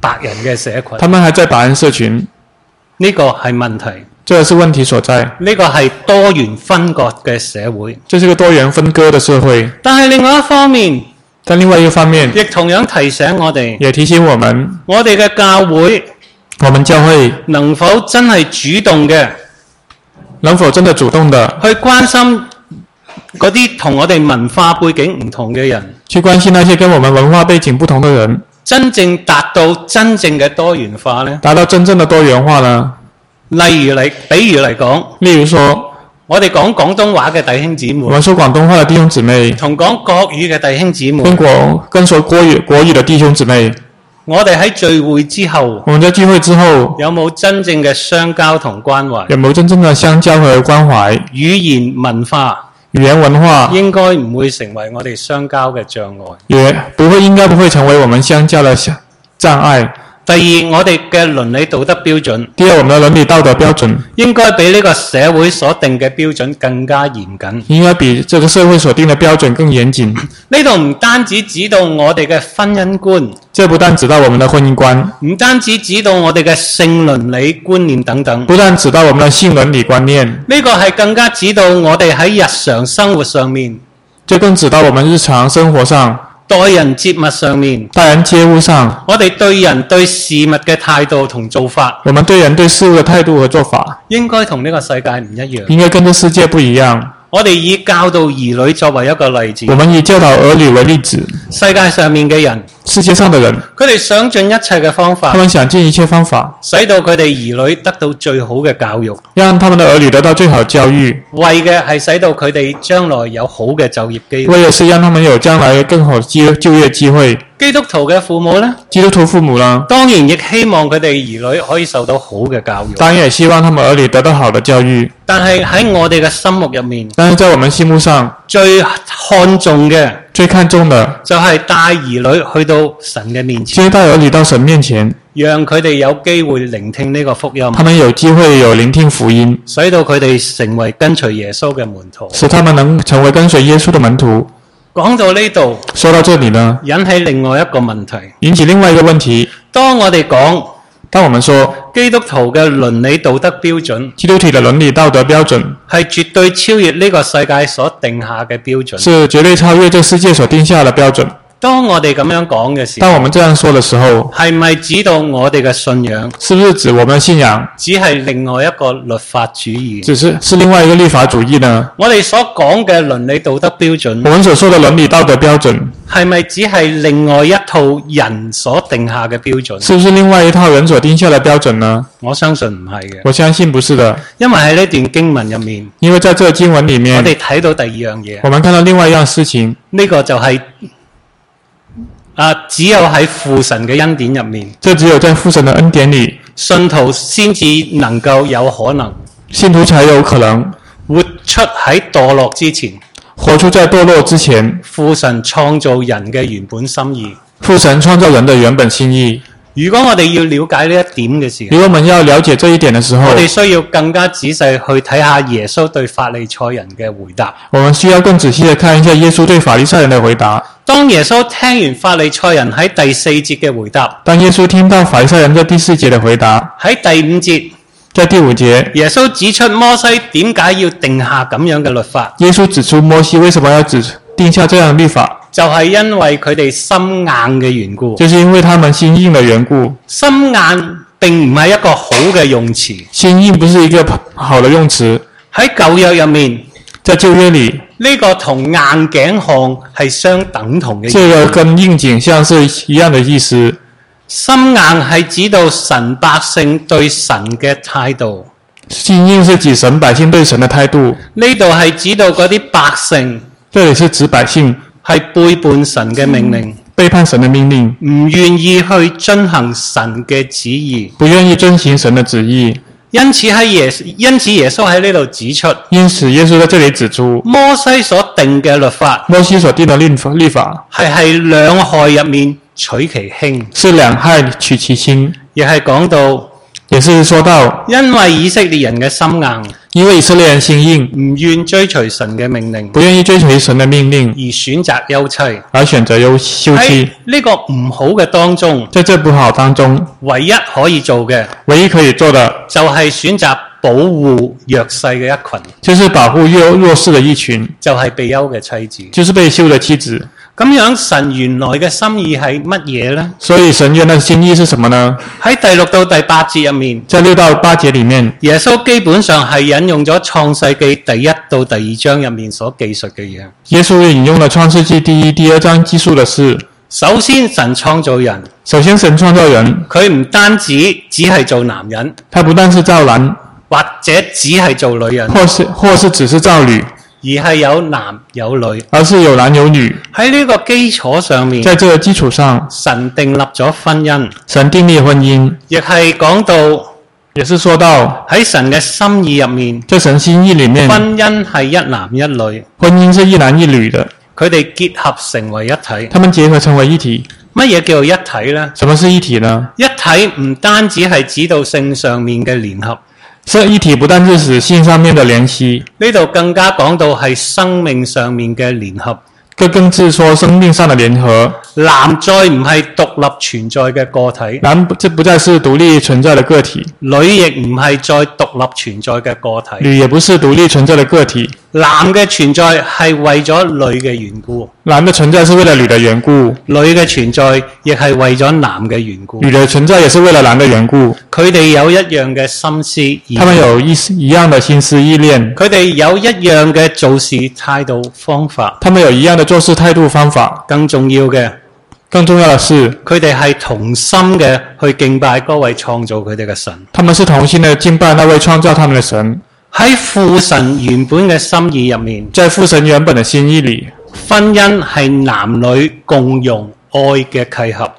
[SPEAKER 1] 白人嘅社群。
[SPEAKER 2] 他们还在白人社群，
[SPEAKER 1] 呢個係問題，
[SPEAKER 2] 这是问题所在。
[SPEAKER 1] 呢、個係多元分割嘅社會。
[SPEAKER 2] 这是个多元分割的社会。
[SPEAKER 1] 但係另外一方面，
[SPEAKER 2] 但另外一个方面，
[SPEAKER 1] 亦同樣提醒我哋，
[SPEAKER 2] 也提醒我们，
[SPEAKER 1] 我哋嘅教會
[SPEAKER 2] 我们教会
[SPEAKER 1] 能否真係主動嘅
[SPEAKER 2] 能否真的主动的
[SPEAKER 1] 去關心嗰啲同我哋文化背景唔同嘅人，
[SPEAKER 2] 去关心那些跟我们文化背景不同的人，
[SPEAKER 1] 真正達到真正嘅多元化呢？
[SPEAKER 2] 达到真正的多元化呢？
[SPEAKER 1] 例如嚟，比如嚟講，
[SPEAKER 2] 例如说，
[SPEAKER 1] 我哋講廣東話嘅弟兄姊
[SPEAKER 2] 我
[SPEAKER 1] 妹，
[SPEAKER 2] 们说广东话的弟兄姊妹，
[SPEAKER 1] 同講國語嘅弟兄姊
[SPEAKER 2] 跟
[SPEAKER 1] 妹，
[SPEAKER 2] 国跟说国语国语的弟兄姊妹，
[SPEAKER 1] 我哋喺聚會之後，
[SPEAKER 2] 我们在聚会之后
[SPEAKER 1] 有冇真正嘅相交同關懷？
[SPEAKER 2] 有没有真正的相交和关怀？
[SPEAKER 1] 語言文化
[SPEAKER 2] 语语言文化
[SPEAKER 1] 應該唔會成為我哋相交嘅障礙。
[SPEAKER 2] 也不会，应该不会成为我们相交的障障碍。
[SPEAKER 1] 第二，我哋嘅倫理道德標準
[SPEAKER 2] 第二，我们的伦理道德標準
[SPEAKER 1] 應該比呢個社會所定嘅標準更加嚴謹。
[SPEAKER 2] 應該比這個社會所定的標準更嚴謹。
[SPEAKER 1] 呢度唔單止指導我哋嘅婚姻觀，
[SPEAKER 2] 這不但指到我們的婚姻觀，
[SPEAKER 1] 唔單止指導我哋嘅性倫理觀念等等，呢、
[SPEAKER 2] 不但指到我們的性倫理觀念，
[SPEAKER 1] 個係更加指導我哋喺日常生活上面、
[SPEAKER 2] 这更指到我们日常生活上、
[SPEAKER 1] 待人接物上面，
[SPEAKER 2] 待人接物上，
[SPEAKER 1] 我哋對人對事物嘅態度同做法，
[SPEAKER 2] 我们对人對事物的態度和做法，
[SPEAKER 1] 應該同呢個世界唔一樣。
[SPEAKER 2] 應該跟這世界不一樣。
[SPEAKER 1] 我哋以教導兒女作為一個例子
[SPEAKER 2] 我，們以教導兒女為例子，
[SPEAKER 1] 世界上面嘅人，
[SPEAKER 2] 世界上的人，
[SPEAKER 1] 佢哋想盡一切嘅方法
[SPEAKER 2] 他。們想盡一切方法，
[SPEAKER 1] 使到佢哋兒女得到最好嘅教育，
[SPEAKER 2] 讓他們的兒女得到最好教育，
[SPEAKER 1] 為嘅係使到佢哋將來有好嘅就業機會。
[SPEAKER 2] 為的是讓他們有將來更好就就業機會。
[SPEAKER 1] 基督徒嘅父母呢，
[SPEAKER 2] 基督徒父母呢，
[SPEAKER 1] 當然亦希望佢哋兒女可以受到好嘅教育。
[SPEAKER 2] 當然也希望他們兒女得到好的教育，
[SPEAKER 1] 但係喺我哋嘅心目入面，
[SPEAKER 2] 但是在我們心目上
[SPEAKER 1] 最看重嘅
[SPEAKER 2] 最看重的，
[SPEAKER 1] 就係帶兒女去到神嘅面前，
[SPEAKER 2] 接待兒女到神面前，
[SPEAKER 1] 讓佢哋有機會聆聽呢個福音，
[SPEAKER 2] 他們有機會有聆聽福音，
[SPEAKER 1] 使到佢哋成為跟隨耶穌嘅門徒。
[SPEAKER 2] 使他們能成為跟隨耶穌的門徒。
[SPEAKER 1] 講到呢度，
[SPEAKER 2] 說到這裡呢，
[SPEAKER 1] 引起另外一個問題：
[SPEAKER 2] 引起另外一個問題：
[SPEAKER 1] 當我哋講
[SPEAKER 2] 當我們說
[SPEAKER 1] 基督徒嘅倫理道德標準
[SPEAKER 2] 基督徒的倫理道德標準
[SPEAKER 1] 係絕對超越呢個世界所定下嘅標準。
[SPEAKER 2] 是絕對超越這世界所定下的標準，
[SPEAKER 1] 當我哋咁樣講嘅時候，
[SPEAKER 2] 當我們這樣說的時候，
[SPEAKER 1] 係咪指到我哋嘅信仰
[SPEAKER 2] 是不是指我們的信仰
[SPEAKER 1] 只係另外一個律法主義？
[SPEAKER 2] 只是是另外一個律法主義呢？
[SPEAKER 1] 我哋所講嘅倫理道德標
[SPEAKER 2] 我
[SPEAKER 1] 準
[SPEAKER 2] 們所說的倫理道德標準，
[SPEAKER 1] 係咪只係另外一套人所定下嘅標準？
[SPEAKER 2] 是不是另外一套人所定下的標準呢？
[SPEAKER 1] 我相信唔係嘅，
[SPEAKER 2] 我相信不是的，
[SPEAKER 1] 因為喺呢段經文入面，
[SPEAKER 2] 因為在這經文裡
[SPEAKER 1] 我
[SPEAKER 2] 面，
[SPEAKER 1] 哋睇到第二樣嘢，
[SPEAKER 2] 我們看到另外一樣事情，
[SPEAKER 1] 呢、個就係啊，只有喺父神嘅恩典入面。
[SPEAKER 2] 这只有在父神的恩典裡，
[SPEAKER 1] 信徒先至能夠有可能
[SPEAKER 2] 信徒才有可能
[SPEAKER 1] 活出喺墮落之前
[SPEAKER 2] 活出在墮落之前
[SPEAKER 1] 父神創造人嘅原本心意。
[SPEAKER 2] 父神創造人的原本心意。
[SPEAKER 1] 如果我哋要了解呢一點嘅時
[SPEAKER 2] 如
[SPEAKER 1] 候，
[SPEAKER 2] 果我們要了解這一點的時候
[SPEAKER 1] 我，哋需要更加仔細去睇下耶穌對法利賽人嘅回答。
[SPEAKER 2] 我們需要更仔細的看一下耶穌對法利賽人的回答。
[SPEAKER 1] 當耶穌聽完法利賽人喺第四節嘅回答，
[SPEAKER 2] 当耶穌聽到法利賽人在第四節的回答，
[SPEAKER 1] 喺第五節，
[SPEAKER 2] 在第五節，
[SPEAKER 1] 耶穌指出摩西點解要定下咁樣嘅律法，
[SPEAKER 2] 耶穌指出摩西為什麼要指定下這樣的律法，
[SPEAKER 1] 就係因為佢哋心硬嘅緣故。
[SPEAKER 2] 就是因為他們心硬的緣故。
[SPEAKER 1] 心硬並唔係一個好嘅用詞。
[SPEAKER 2] 心硬不是一個好的用詞，
[SPEAKER 1] 喺舊約入面，呢、
[SPEAKER 2] 在舊約裡，
[SPEAKER 1] 個同硬頸項係相等同嘅。
[SPEAKER 2] 這個跟硬頸像是一樣的意思。
[SPEAKER 1] 心硬係指到神百姓對神嘅態度，
[SPEAKER 2] 心硬是指神百姓對神的態度，
[SPEAKER 1] 呢度係指到嗰啲百姓
[SPEAKER 2] 這裡是指百姓
[SPEAKER 1] 係背叛神嘅命令，
[SPEAKER 2] 背叛神的命令，
[SPEAKER 1] 唔願意去遵行神嘅旨意。
[SPEAKER 2] 不願意遵行神的旨意。
[SPEAKER 1] 因此喺耶，因此耶穌喺呢度指出，
[SPEAKER 2] 因此，耶穌在這裡指出，
[SPEAKER 1] 摩西所定嘅律法
[SPEAKER 2] 摩西所定的律法律法
[SPEAKER 1] 係係兩害入面取其輕，
[SPEAKER 2] 是兩害取其輕，
[SPEAKER 1] 亦係講到
[SPEAKER 2] 也是說到
[SPEAKER 1] 因為以色列人嘅心硬。
[SPEAKER 2] 因為以色列人心硬，
[SPEAKER 1] 唔願追隨神嘅命令，
[SPEAKER 2] 不願意追隨神的命令，
[SPEAKER 1] 而選擇休妻。
[SPEAKER 2] 而選擇休休
[SPEAKER 1] 喺
[SPEAKER 2] 妻。
[SPEAKER 1] 呢個唔好嘅當中，
[SPEAKER 2] 在這不好當中，
[SPEAKER 1] 唯一可以做嘅
[SPEAKER 2] 唯一可以做的
[SPEAKER 1] 就係選擇保護弱勢嘅一群，
[SPEAKER 2] 就是保護弱弱勢的一群，
[SPEAKER 1] 就係被休嘅妻子。
[SPEAKER 2] 就是被休的妻子。
[SPEAKER 1] 咁樣神原來嘅心意係乜嘢呢？
[SPEAKER 2] 所以神原來的心意是什麼呢？
[SPEAKER 1] 喺第六到第八節入面，
[SPEAKER 2] 在六到八節裡面，
[SPEAKER 1] 耶穌基本上係引用咗創世記第一到第二章入面所記述嘅嘢。
[SPEAKER 2] 耶穌引用了創世紀第一、第二章記述的是：
[SPEAKER 1] 首先，神創造人，
[SPEAKER 2] 首先，神創造人，
[SPEAKER 1] 佢唔單止只係做男人，
[SPEAKER 2] 他不但是造男，
[SPEAKER 1] 或者只係做女人。
[SPEAKER 2] 或是或是只是造女，
[SPEAKER 1] 而係有男有女。
[SPEAKER 2] 而是有男有女。
[SPEAKER 1] 喺呢個基礎上面，
[SPEAKER 2] 在這個基礎上，
[SPEAKER 1] 神定立咗婚姻，
[SPEAKER 2] 神訂立婚姻，
[SPEAKER 1] 亦係講到
[SPEAKER 2] 也是说到
[SPEAKER 1] 喺神嘅心意入面，
[SPEAKER 2] 在神心意里面，
[SPEAKER 1] 婚姻係一男一女，
[SPEAKER 2] 婚姻是一男一女的，
[SPEAKER 1] 佢哋結合成為一體。
[SPEAKER 2] 他们结合成为一体。
[SPEAKER 1] 乜嘢叫做一體呢？
[SPEAKER 2] 什么是一体呢？
[SPEAKER 1] 一體唔單止係指到性上面嘅聯合，
[SPEAKER 2] 这一体不但是指性上面的联系，
[SPEAKER 1] 呢度更加講到係生命上面嘅聯合。
[SPEAKER 2] 这更是说生命上的联合。
[SPEAKER 1] 男再唔係獨立存在嘅個體，
[SPEAKER 2] 男这不再是独立存在的个体，
[SPEAKER 1] 女亦唔係再獨立存在嘅個體。
[SPEAKER 2] 女也不是独立存在的个体。
[SPEAKER 1] 男嘅存在係為咗女嘅緣故，
[SPEAKER 2] 男的存在是为了女的缘故，
[SPEAKER 1] 女嘅存在亦係為咗男嘅緣故。
[SPEAKER 2] 女的存在也是为了男的缘故。
[SPEAKER 1] 佢哋有一樣嘅心思意
[SPEAKER 2] 他
[SPEAKER 1] 念，
[SPEAKER 2] 们有一一样的心思意念，
[SPEAKER 1] 佢哋有一樣嘅做事態度方法，
[SPEAKER 2] 他们有一样的做事态度方法。
[SPEAKER 1] 更重要嘅。
[SPEAKER 2] 更重要的是，
[SPEAKER 1] 佢哋係同心嘅去敬拜嗰位創造佢哋嘅神，
[SPEAKER 2] 他们是同心的敬拜那位创造他们的神。
[SPEAKER 1] 喺父神原本嘅心意入面，
[SPEAKER 2] 在父神原本的心意里，
[SPEAKER 1] 婚姻係男女共用愛嘅契合。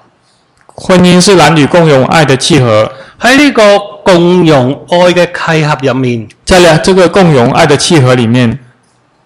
[SPEAKER 2] 婚姻是男女共用爱的契合。
[SPEAKER 1] 喺呢個共用愛嘅契合入面，
[SPEAKER 2] 在了这个共融爱的契合里面，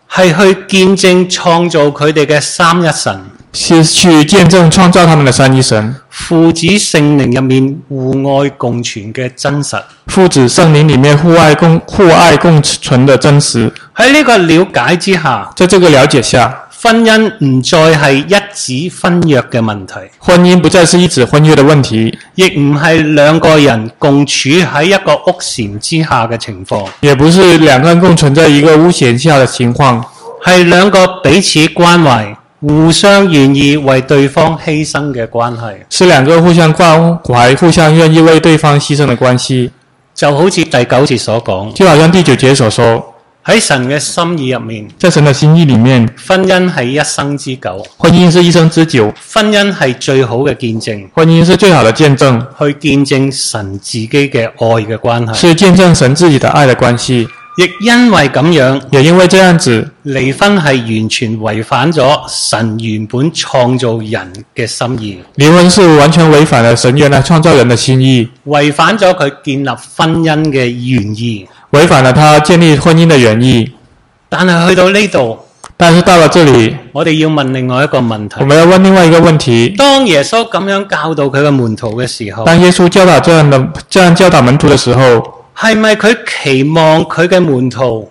[SPEAKER 1] 係去見證創造佢哋嘅三一神
[SPEAKER 2] 是去见证创造他们的三一神、
[SPEAKER 1] 父子聖靈入面互愛共存嘅真實。
[SPEAKER 2] 父子圣灵里面互爱共互爱共存的真实。
[SPEAKER 1] 喺呢個了解之下，
[SPEAKER 2] 在这个了解下，
[SPEAKER 1] 婚姻唔再係一紙婚約嘅問題。
[SPEAKER 2] 婚姻不再是一纸婚约的问题，
[SPEAKER 1] 亦唔係兩個人共處喺一個屋檐之下嘅情況，
[SPEAKER 2] 也不是两个人共存在一个屋檐下的情况，
[SPEAKER 1] 係兩個彼此關懷、互相願意為對方犧牲嘅關係。
[SPEAKER 2] 是两个互相关怀、互相愿意为对方牺牲的关系。
[SPEAKER 1] 就好似第九節所講，
[SPEAKER 2] 就好像第九节所说，
[SPEAKER 1] 喺神嘅心意入面，
[SPEAKER 2] 在神的心意里面，
[SPEAKER 1] 婚姻係一生之久，
[SPEAKER 2] 婚姻是一生之久，
[SPEAKER 1] 婚姻係最好嘅見證，
[SPEAKER 2] 婚姻是最好的见证，
[SPEAKER 1] 去見證神自己嘅愛嘅關係。
[SPEAKER 2] 是见证神自己的爱的关系。
[SPEAKER 1] 亦因為咁樣，
[SPEAKER 2] 也因为这样子，
[SPEAKER 1] 離婚係完全違反咗神原本創造人嘅心意。
[SPEAKER 2] 离婚是完全违反了神原来创造人的心意，
[SPEAKER 1] 違反咗佢建立婚姻嘅原意。
[SPEAKER 2] 违反了他建立婚姻的原意。
[SPEAKER 1] 但係去到呢度，
[SPEAKER 2] 但是到了这里，
[SPEAKER 1] 我哋要問另外一個問
[SPEAKER 2] 我
[SPEAKER 1] 題：
[SPEAKER 2] 们要问另外一个问题：
[SPEAKER 1] 當耶穌咁樣教導佢嘅門徒嘅時候，
[SPEAKER 2] 当耶稣教导这样的这样教导门徒的时候，
[SPEAKER 1] 係咪佢期望佢嘅門徒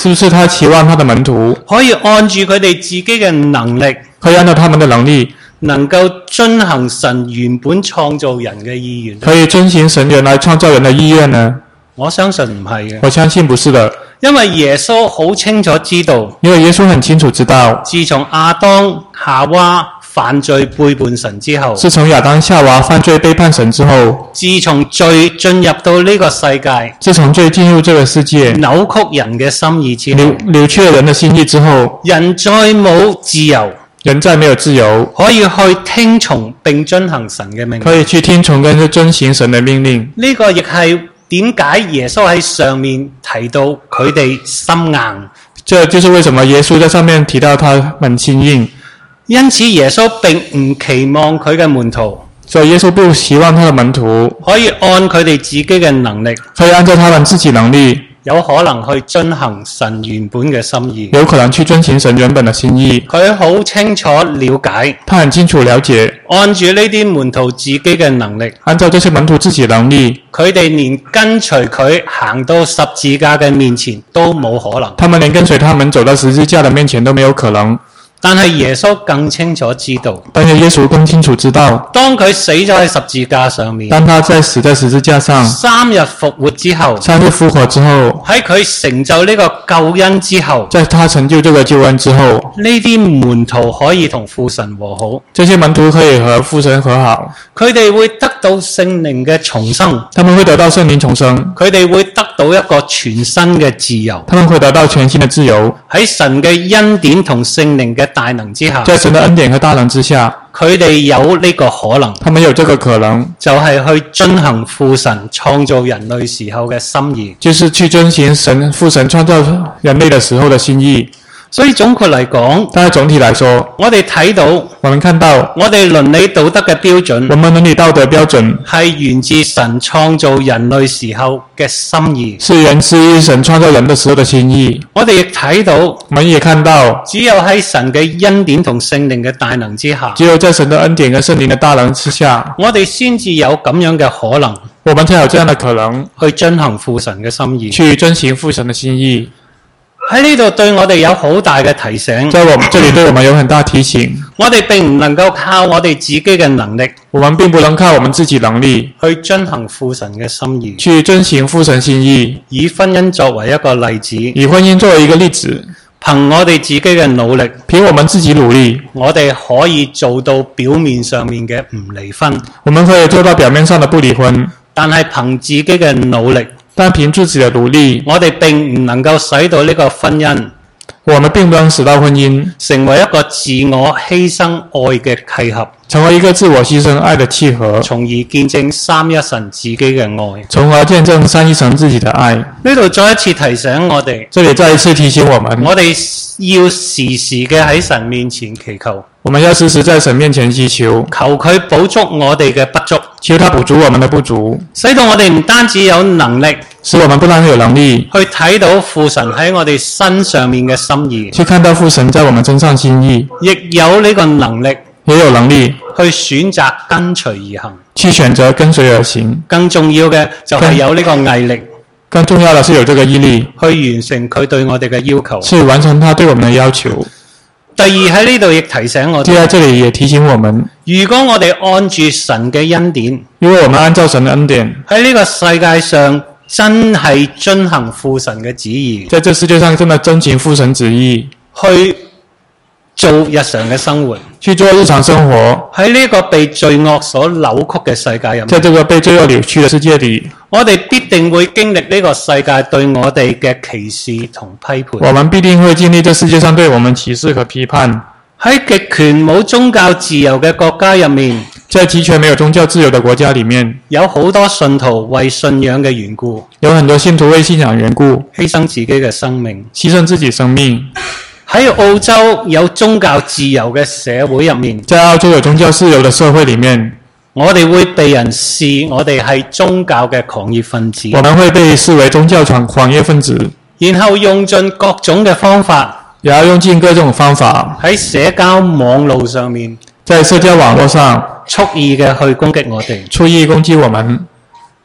[SPEAKER 2] 是不是他期望他的门徒
[SPEAKER 1] 可以按住佢哋自己嘅能力，
[SPEAKER 2] 可以按照他们的能力，
[SPEAKER 1] 能夠遵行神原本創造人嘅意願呢？
[SPEAKER 2] 可以遵循神原来创造人的意愿呢？
[SPEAKER 1] 我相信唔係嘅，
[SPEAKER 2] 我相信不是的，
[SPEAKER 1] 因為耶穌好清楚知道，
[SPEAKER 2] 因为耶稣很清楚知道，
[SPEAKER 1] 自從亞當夏娃犯罪背叛神之後，
[SPEAKER 2] 自从亚当夏娃犯罪背叛神之后，
[SPEAKER 1] 自從罪進入到呢個世界。
[SPEAKER 2] 自从罪进入这个世界，
[SPEAKER 1] 扭曲人嘅心意之
[SPEAKER 2] 扭
[SPEAKER 1] 後，
[SPEAKER 2] 扭曲了人的心意之后，
[SPEAKER 1] 人再冇自由，
[SPEAKER 2] 人再没有自由，
[SPEAKER 1] 可以去聽從並遵行神嘅命令。
[SPEAKER 2] 可以去听从跟遵行神的命令。
[SPEAKER 1] 呢、個亦係點解耶穌喺上面提到佢哋心硬，
[SPEAKER 2] 这就是为什么耶稣在上面提到他们心硬，
[SPEAKER 1] 因此耶穌並唔期望佢嘅門徒
[SPEAKER 2] 所以耶稣不希望他的门徒
[SPEAKER 1] 可以按佢哋自己嘅能力，
[SPEAKER 2] 可以按照他们自己能力，
[SPEAKER 1] 有可能去遵行神原本嘅心意。
[SPEAKER 2] 有可能去遵行神原本的心意。
[SPEAKER 1] 佢好清楚了解，
[SPEAKER 2] 他很清楚了解，
[SPEAKER 1] 按住呢啲門徒自己嘅能力，
[SPEAKER 2] 按照这些门徒自己的能力，
[SPEAKER 1] 佢哋連跟隨佢行到十字架嘅面前都冇可能。
[SPEAKER 2] 他们连跟随他们走到十字架的面前都没有可能。
[SPEAKER 1] 但係耶穌更清楚知道，
[SPEAKER 2] 但是耶稣更清楚知道，
[SPEAKER 1] 當佢死咗喺十字架上面，
[SPEAKER 2] 当他在死在十字架上，
[SPEAKER 1] 三日復活之後，
[SPEAKER 2] 三日复活之后，
[SPEAKER 1] 喺佢成就呢個救恩之後，
[SPEAKER 2] 在他成就这个救恩之后，
[SPEAKER 1] 呢啲門徒可以同父神和好，
[SPEAKER 2] 这些门徒可以和父神和好，
[SPEAKER 1] 佢哋會得到聖靈嘅重生，
[SPEAKER 2] 他们会得到圣灵重生，
[SPEAKER 1] 佢哋會得到一個全新嘅自由。
[SPEAKER 2] 他们会得到全新的自由。
[SPEAKER 1] 喺神嘅恩典同聖靈嘅大能之下，
[SPEAKER 2] 在神的恩典和大能之下，
[SPEAKER 1] 佢哋有呢個可能。
[SPEAKER 2] 他们有这个可能，
[SPEAKER 1] 就係去遵行父神創造人類時候嘅心意。
[SPEAKER 2] 就是去遵行神父神创造人类的时候的心意。
[SPEAKER 1] 所以總括嚟講，
[SPEAKER 2] 但是总体来说，
[SPEAKER 1] 我哋睇到
[SPEAKER 2] 我们看到
[SPEAKER 1] 我哋倫理道德嘅標準
[SPEAKER 2] 我們伦理道德标准
[SPEAKER 1] 係源自神創造人類時候嘅心意。
[SPEAKER 2] 是人是一神创造人的时候的心意。
[SPEAKER 1] 我哋亦睇到，
[SPEAKER 2] 我们也看到，
[SPEAKER 1] 只有喺神嘅恩典同聖靈嘅大能之下，
[SPEAKER 2] 只有在神的恩典跟圣灵的大能之下，
[SPEAKER 1] 我哋先至有咁樣嘅可能
[SPEAKER 2] 我们才有这样的可能
[SPEAKER 1] 去遵行父神嘅心意。
[SPEAKER 2] 去遵行父神的心意。
[SPEAKER 1] 喺呢度對我哋有好大嘅提醒。
[SPEAKER 2] 在我们这里对我们有很大提醒，
[SPEAKER 1] 我哋並唔能夠靠我哋自己嘅能力
[SPEAKER 2] 我们并不能靠我们自己能力
[SPEAKER 1] 去遵行父神嘅心意。
[SPEAKER 2] 去遵行父神心意。
[SPEAKER 1] 以婚姻作為一個例子，
[SPEAKER 2] 以婚姻作为一个例子，
[SPEAKER 1] 憑我哋自己嘅努力，
[SPEAKER 2] 凭我们自己努力，
[SPEAKER 1] 我哋可以做到表面上面嘅唔離婚，
[SPEAKER 2] 我们可以做到表面上的不离婚，
[SPEAKER 1] 但係憑自己嘅努力，
[SPEAKER 2] 但凭自己的努力，
[SPEAKER 1] 我哋並唔能夠使到呢個婚姻
[SPEAKER 2] 我们并不能使到婚姻
[SPEAKER 1] 成為一個自我犧牲愛嘅契合，
[SPEAKER 2] 成为一个自我牺牲爱的契合，
[SPEAKER 1] 從而見證三一神自己嘅愛。
[SPEAKER 2] 从而见证三一神自己的爱。
[SPEAKER 1] 呢度再一次提醒我哋，
[SPEAKER 2] 这里再一次提醒我们，
[SPEAKER 1] 我哋要時時嘅喺神面前祈求，
[SPEAKER 2] 我们要时时在神面前祈求，
[SPEAKER 1] 求佢補足我哋嘅不足，
[SPEAKER 2] 求他补足我们的不足，
[SPEAKER 1] 使到我哋唔單止有能力。
[SPEAKER 2] 使我们不但有能力
[SPEAKER 1] 去睇到父神喺我哋身上面嘅心意，
[SPEAKER 2] 去看到父神在我们身上心意，
[SPEAKER 1] 亦有呢個能力
[SPEAKER 2] 也有能力
[SPEAKER 1] 去選擇跟隨而行。
[SPEAKER 2] 去选择跟随而行。
[SPEAKER 1] 更重要嘅就係有呢個毅力
[SPEAKER 2] 更重要的是有这个毅力，
[SPEAKER 1] 去完成佢對我哋嘅要求。
[SPEAKER 2] 去完成他对我们的要求。
[SPEAKER 1] 第二喺呢度亦提醒我
[SPEAKER 2] 就
[SPEAKER 1] 哋，
[SPEAKER 2] 在这里也提醒我们，
[SPEAKER 1] 如果我哋按住神嘅恩典
[SPEAKER 2] 因为我们按照神的恩典，
[SPEAKER 1] 喺呢個世界上真係遵行父神嘅旨意，
[SPEAKER 2] 在这世界上真的遵行父神旨意，
[SPEAKER 1] 去做日常嘅生活，
[SPEAKER 2] 去做日常生活。
[SPEAKER 1] 喺呢個被罪惡所扭曲嘅世界入面。
[SPEAKER 2] 在这个被罪恶扭曲的世界里，
[SPEAKER 1] 我哋必定會經歷呢個世界對我哋嘅歧視同批
[SPEAKER 2] 我
[SPEAKER 1] 判。
[SPEAKER 2] 们必定会经历这世界上对我们歧视和批判。
[SPEAKER 1] 喺極權冇宗教自由嘅國家入面，
[SPEAKER 2] 在集权没有宗教自由的国家里面，
[SPEAKER 1] 有好多信徒為信仰嘅緣故
[SPEAKER 2] 有很多信徒为信仰缘故
[SPEAKER 1] 犧牲自己嘅生命。
[SPEAKER 2] 牺牲自己生命。
[SPEAKER 1] 喺澳洲有宗教自由嘅社會入面，
[SPEAKER 2] 在澳洲有宗教自由的社会里面，
[SPEAKER 1] 我哋會被人視我哋係宗教嘅狂熱分子，
[SPEAKER 2] 我们会被视为宗教狂狂热分子，
[SPEAKER 1] 然後用盡各種嘅方法
[SPEAKER 2] 也要用尽各种方法，
[SPEAKER 1] 喺社交網路上面
[SPEAKER 2] 在社交网络上
[SPEAKER 1] 蓄意嘅去攻擊我哋。
[SPEAKER 2] 蓄意攻击我们。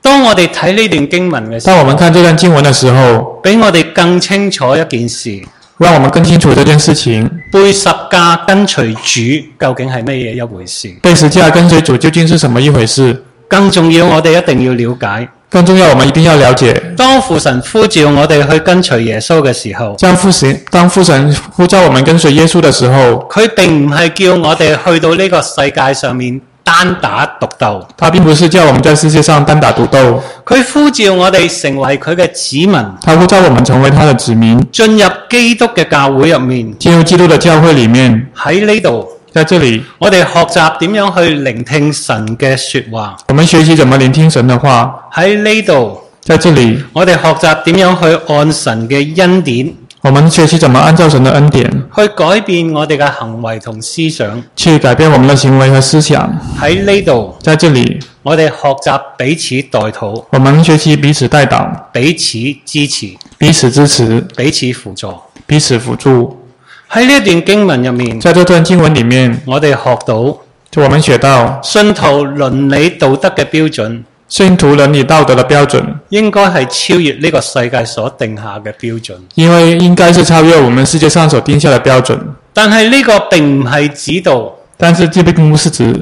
[SPEAKER 1] 當我哋睇呢段經文嘅時候
[SPEAKER 2] 当，我们看这段经文的时候，
[SPEAKER 1] 俾我哋更清楚一件事，
[SPEAKER 2] 让我们更清楚这件事情：
[SPEAKER 1] 背十架跟隨主究竟係乜嘢一回事。
[SPEAKER 2] 被十字架跟随主究竟是什么一回事？
[SPEAKER 1] 更重要，我哋一定要了解，
[SPEAKER 2] 更重要，我们一定要了解。
[SPEAKER 1] 當父神呼召我哋去跟隨耶穌嘅時候，
[SPEAKER 2] 像父神，当父神呼召我们跟随耶稣的时候，
[SPEAKER 1] 佢並唔係叫我哋去到呢個世界上面單打獨鬥，
[SPEAKER 2] 他并不是叫我们在世界上单打独斗，
[SPEAKER 1] 佢呼召我哋成為佢嘅子民，
[SPEAKER 2] 他呼召我们成为他的子民，
[SPEAKER 1] 進入基督嘅教會入面。
[SPEAKER 2] 进入基督的教会里面。
[SPEAKER 1] 喺呢度，
[SPEAKER 2] 在这里，
[SPEAKER 1] 我哋學習點樣去聆聽神嘅说話。
[SPEAKER 2] 我们学习怎么聆听神的话。
[SPEAKER 1] 喺呢度，
[SPEAKER 2] 在这里，
[SPEAKER 1] 我哋學習點樣去按神嘅恩典。
[SPEAKER 2] 我们学习怎么按照神的恩典
[SPEAKER 1] 去改變我哋嘅行為同思想。
[SPEAKER 2] 去改变我们的行为和思想。
[SPEAKER 1] 喺呢度，
[SPEAKER 2] 在这里，
[SPEAKER 1] 我哋學習彼此代禱、
[SPEAKER 2] 我们学习彼此带导，
[SPEAKER 1] 彼此支持、
[SPEAKER 2] 彼此支持，
[SPEAKER 1] 彼此輔助。
[SPEAKER 2] 彼此辅助。
[SPEAKER 1] 喺呢一段經文入面，
[SPEAKER 2] 在这段经文里面，
[SPEAKER 1] 我哋學到
[SPEAKER 2] 就我们学到
[SPEAKER 1] 信徒倫理道德嘅標準，
[SPEAKER 2] 信徒伦理道德的标准，
[SPEAKER 1] 應該係超越呢個世界所定下嘅標準。
[SPEAKER 2] 因为应该是超越我们世界上所定下的标准。
[SPEAKER 1] 但係呢個並唔係指導
[SPEAKER 2] 但是这并不是指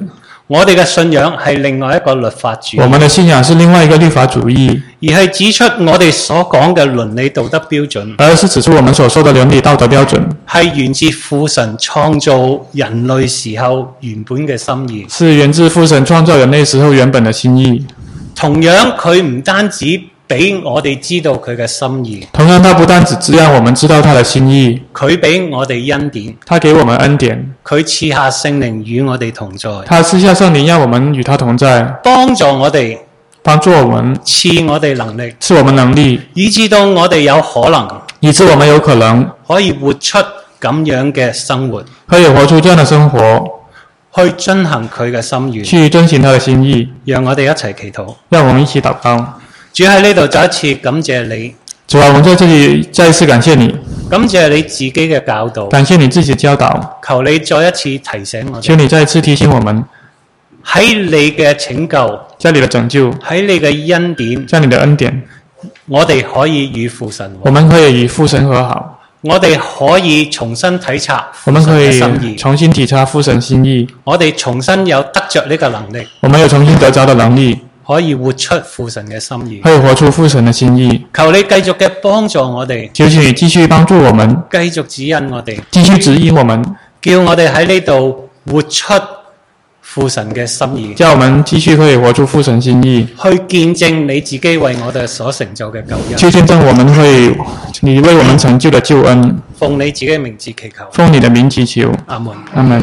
[SPEAKER 1] 我哋嘅信仰係另外一個律法主義，
[SPEAKER 2] 我们的信仰是另外一个律法主义，
[SPEAKER 1] 而係指出我哋所講嘅倫理道德標準
[SPEAKER 2] 而是指出我们所说的伦理道德标准
[SPEAKER 1] 係源自父神創造人類時候原本嘅心意。
[SPEAKER 2] 是源自父神创造人类时候原本的心意。
[SPEAKER 1] 同樣，佢唔單止俾我哋知道佢嘅心意，
[SPEAKER 2] 同样，他不但只只让我们知道他的心意，
[SPEAKER 1] 佢俾我哋恩典，
[SPEAKER 2] 他给我们恩典，
[SPEAKER 1] 佢賜下聖靈與我哋同在，
[SPEAKER 2] 他私下圣灵让我们与他同在，
[SPEAKER 1] 幫助我哋，
[SPEAKER 2] 帮助我们，
[SPEAKER 1] 賜我哋能力，
[SPEAKER 2] 赐我们能力，
[SPEAKER 1] 以至到我哋有可能
[SPEAKER 2] 以致我们有可能
[SPEAKER 1] 可以活出咁樣嘅生活，
[SPEAKER 2] 可以活出这样的生活，
[SPEAKER 1] 去遵行佢嘅心願。
[SPEAKER 2] 去遵行他的心意。
[SPEAKER 1] 讓我哋一齊祈禱。
[SPEAKER 2] 让我们一起祷告，
[SPEAKER 1] 主喺呢度再一次感謝你，
[SPEAKER 2] 主啊，我们在这里再一次感谢你，
[SPEAKER 1] 感謝你自己嘅教導，
[SPEAKER 2] 感谢你自己的教导，
[SPEAKER 1] 求你再一次提醒我哋
[SPEAKER 2] 求你再一次提醒我们，
[SPEAKER 1] 喺你嘅拯救，
[SPEAKER 2] 在你的拯救，
[SPEAKER 1] 喺你嘅恩典，
[SPEAKER 2] 在你的恩典，
[SPEAKER 1] 我哋可以與父神和
[SPEAKER 2] 我，们可以与父神和好，
[SPEAKER 1] 我哋可以重新體察
[SPEAKER 2] 我
[SPEAKER 1] 父
[SPEAKER 2] 们
[SPEAKER 1] 神
[SPEAKER 2] 可
[SPEAKER 1] 嘅
[SPEAKER 2] 以
[SPEAKER 1] 心意，
[SPEAKER 2] 重新体察父神心意，
[SPEAKER 1] 我哋重新有得着呢個能力，
[SPEAKER 2] 我们有重新得着的能力，
[SPEAKER 1] 可以活出父神嘅心意。
[SPEAKER 2] 可以活出父神的心意。
[SPEAKER 1] 求你繼續嘅幫助我哋，
[SPEAKER 2] 求你继续帮助我们，
[SPEAKER 1] 繼續指引我哋，
[SPEAKER 2] 继续指引我们，
[SPEAKER 1] 叫我哋喺呢度活出父神嘅心意。
[SPEAKER 2] 叫我们继续可以活出父神心意。
[SPEAKER 1] 去見證你自己為我哋所成就嘅救恩。
[SPEAKER 2] 就见证我们会你为我们成就的救恩，
[SPEAKER 1] 奉你自己嘅名字祈求，
[SPEAKER 2] 奉你的名祈求，
[SPEAKER 1] 阿門。
[SPEAKER 2] 阿门。